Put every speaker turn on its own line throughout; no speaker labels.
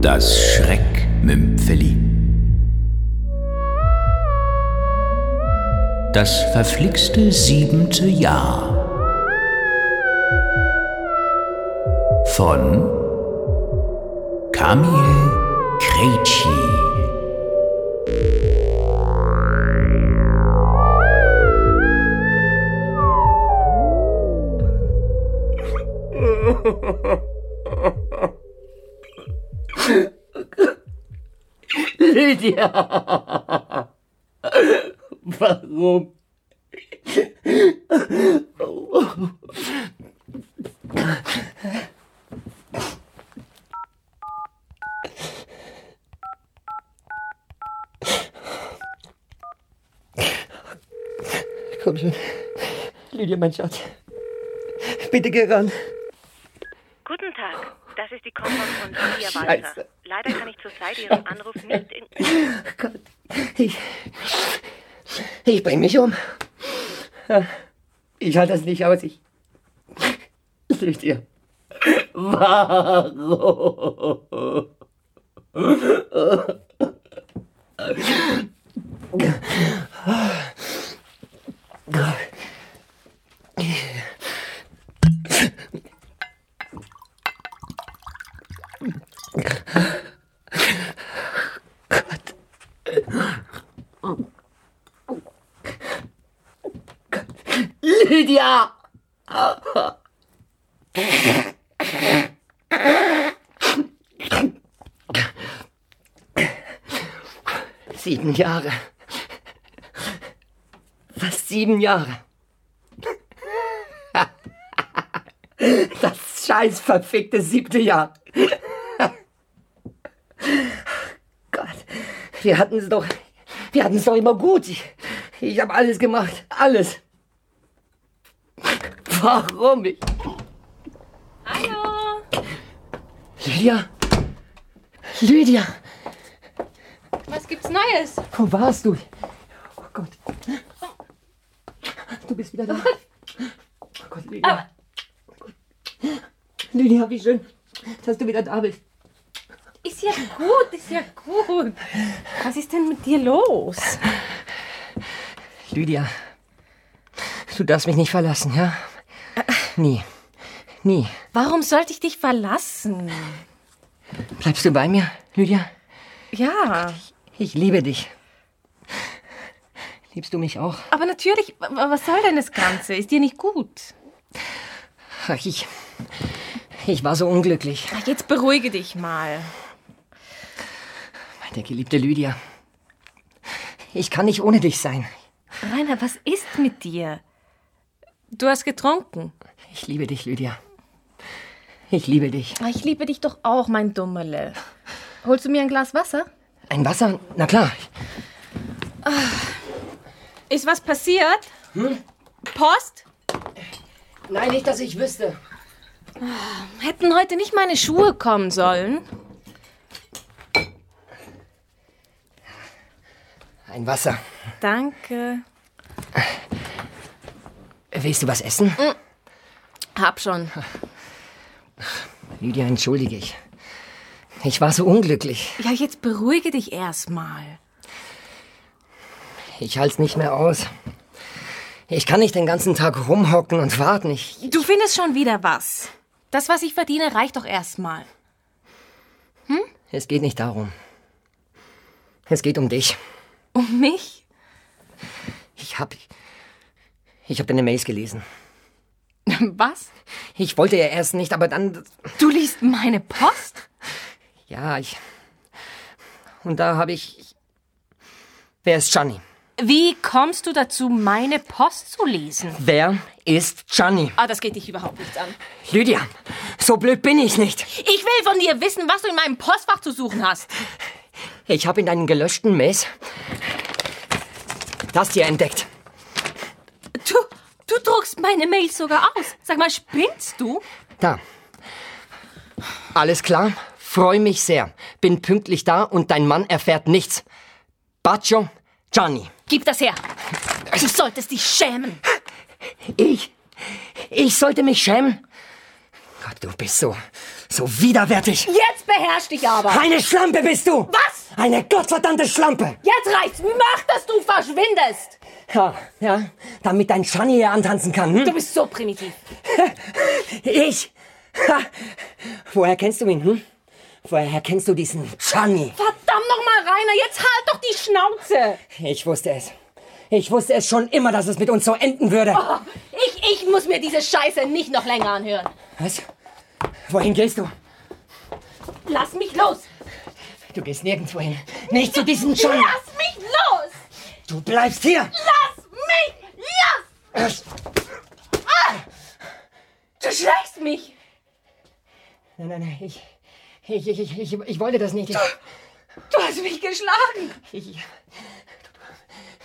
Das Schreckmümpfeli. Das verflixte siebente Jahr. Von Kamil Krejci.
Lydia! Warum?
Komm schon. Lydia, mein Schatz. Bitte geh ran.
Guten Tag. Das ist die Kompass von Lydia
Scheiße.
Walter. Leider kann ich zurzeit Ihren Anruf nicht in.
Gott. Ich. Ich bring mich um.
Ich halte das nicht aus. Ich. Lydia. Warum? Lydia!
Sieben Jahre. Fast sieben Jahre.
Das scheiß verfickte siebte Jahr.
Gott. Wir hatten es doch. Wir hatten es doch immer gut. Ich, ich habe alles gemacht. Alles.
Warum? Ich,
Hallo!
Lydia. Lydia.
Was gibt's Neues?
Wo warst du? Oh Gott. Du bist wieder da. Oh Gott, Lydia. Lydia, wie schön, dass du wieder da bist.
Ist ja gut, ist ja gut. Was ist denn mit dir los?
Lydia, du darfst mich nicht verlassen, ja? Nie. Nie.
Warum sollte ich dich verlassen?
Bleibst du bei mir, Lydia?
Ja,
Ich liebe dich. Liebst du mich auch?
aber natürlich, w- w- was soll denn das Ganze? Ist dir nicht gut?
Ach, ich. Ich war so unglücklich.
Na, Jetzt beruhige dich mal.
Meine geliebte Lydia. Ich kann nicht ohne dich sein.
Rainer, was ist mit dir? Du hast getrunken.
Ich liebe dich, Lydia. Ich liebe dich.
Ah, Ich liebe dich doch auch, mein Dummerle. Holst du mir ein Glas Wasser?
Ein Wasser? Na klar.
Ist was passiert? Post?
Nein, nicht, dass ich wüsste.
Hätten heute nicht meine Schuhe kommen sollen?
Ein Wasser.
Danke.
Willst du was essen?
Hab schon.
Lydia, entschuldige ich. Ich war so unglücklich.
Ja, jetzt beruhige dich erstmal.
Ich halt's nicht mehr aus. Ich kann nicht den ganzen Tag rumhocken und warten. Ich,
Du findest schon wieder was. Das, was ich verdiene, reicht doch erstmal.
es geht nicht darum. Es geht um dich.
Um mich?
Ich hab... Ich hab deine Mails gelesen.
Was?
Ich wollte ja erst nicht, aber dann...
Du liest meine Post?
Ja, ich... Und da habe ich... Wer ist Gianni?
Wie kommst du dazu, meine Post zu lesen?
Wer ist Gianni?
Ah, das geht dich überhaupt nichts an.
Lydia, so blöd bin ich nicht.
Ich will von dir wissen, was du in meinem Postfach zu suchen hast.
Ich habe in deinen gelöschten Mails das hier entdeckt.
Du, du druckst meine Mails sogar aus. Sag mal, spinnst du?
Da. Alles klar? Freu mich sehr. Bin pünktlich da und dein Mann erfährt nichts. Baccio, Gianni.
Gib das her. Du solltest dich schämen.
Ich? Ich sollte mich schämen? Gott, du bist so So widerwärtig.
Jetzt beherrsch dich aber.
Eine Schlampe bist du.
Was?
Eine gottverdammte Schlampe.
Jetzt reicht's. Mach, dass du verschwindest.
Ja, ja, damit dein Schani hier antanzen kann. Hm?
Du bist so primitiv.
Ich? Ha. Woher kennst du ihn, hm? Woher kennst du diesen Chani?
Verdammt nochmal, Rainer. Jetzt halt doch die Schnauze.
Ich wusste es. Ich wusste es schon immer, dass es mit uns so enden würde.
Oh, ich, ich muss mir diese Scheiße nicht noch länger anhören.
Was? Wohin gehst du?
Lass mich los.
Du gehst nirgendwo hin. Nicht zu diesem Chani.
Lass mich los.
Du bleibst hier.
Lass mich los. Du schlägst mich.
Nein, nein, nein. Ich, ich, ich, ich, ich, ich wollte das nicht. Ich,
Du hast mich geschlagen.
ich, ich,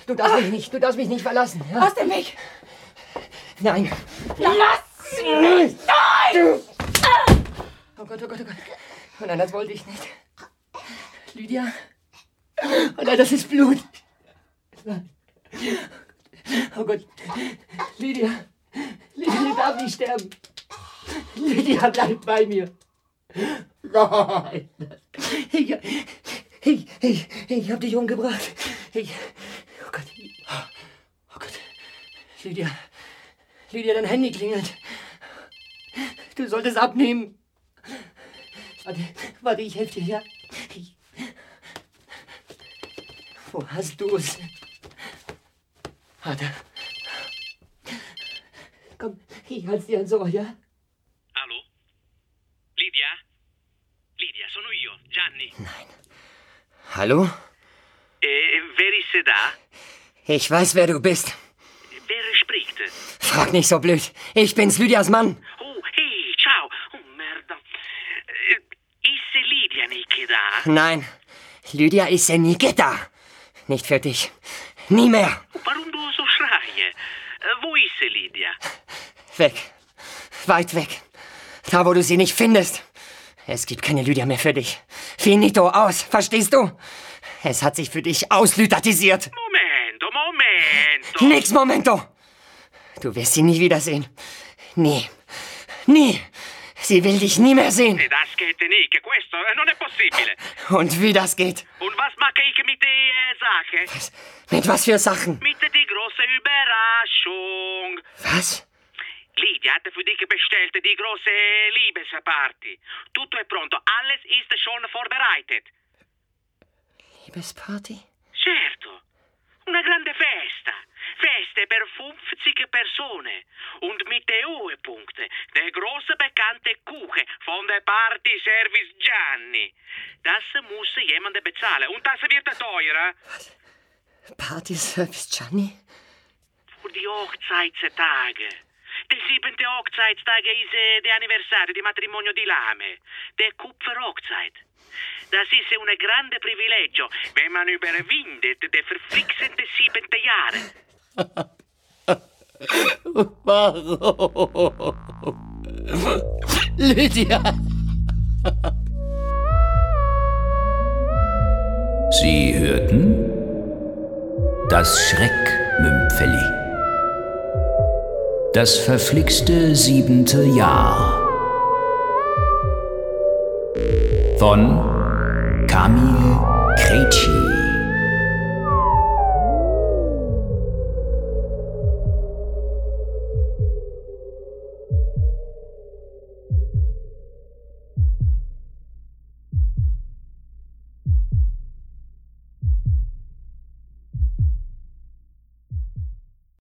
du
Ah.
darfst mich nicht. Du darfst mich nicht verlassen. Ja?
Aus dem Weg.
Nein.
Lass mich durch.
Oh Gott, oh Gott, oh Gott. Oh nein, das wollte ich nicht. Lydia? Oh nein, das ist Blut. Nein. Oh Gott. Lydia. Lydia darf nicht sterben. Lydia bleibt bei mir. Nein. Ich, ich, ich, ich hab dich umgebracht. Ich, oh Gott. Oh Gott. Lydia. Lydia, dein Handy klingelt. Du solltest abnehmen. Warte, warte, ich helfe dir, ja? Ich... Wo hast du es? Warte. Komm, ich halte dir ans Ohr, ja?
Allo? Lidia? Lidia, sono io, Gianni.
Hallo?
E veris da?
Ich weiß, wer du bist.
Wer spricht?
Frag nicht so blöd. Ich bin's, Lydias Mann.
Oh, hey, ciao! Oh, merda. Eh, Isse Lidia nicht da?
Nein, Lydia ist ja Nikita. Nicht für dich. Nie mehr.
Warum du so schreie? Eh, Wo isse Lidia?
Weg. Weit weg. Da, wo du sie nicht findest. Es gibt keine Lydia mehr für dich. Finito aus, verstehst du? Es hat sich für dich auslydatisiert.
Momento, momento!
Nix Momento. Du wirst sie nie wiedersehen. Nie. Nie. Sie will dich nie mehr sehen.
E das geht nicht, questo eh, non è possibile.
Und wie das geht.
Und was mache ich mit der Sache?
Mit was für Sachen?
Mit die große Überraschung.
Was?
Lydia hat für dich bestellt die große Liebesparty. Tutto è pronto, alles ist schon vorbereitet.
Liebesparty?
Certo, una grande festa. Feste per 50 Personen und mit der Höhepunkt der große bekannte Kuchen von der Party Service Gianni. Das muss jemand bezahlen und das wird er teurer.
Party Service Gianni?
Für die Hochzeitstage. Der siebente Hochzeitstag ist äh, der Anniversario di Matrimonio di Lame, der Kupferhochzeit. Das ist ein grande Privilegio, wenn man überwindet der verflixende siebente Jahre.
Sie hörten das Schreckmümpfeli. Das verflixte siebente Jahr von Kamil Kretschi.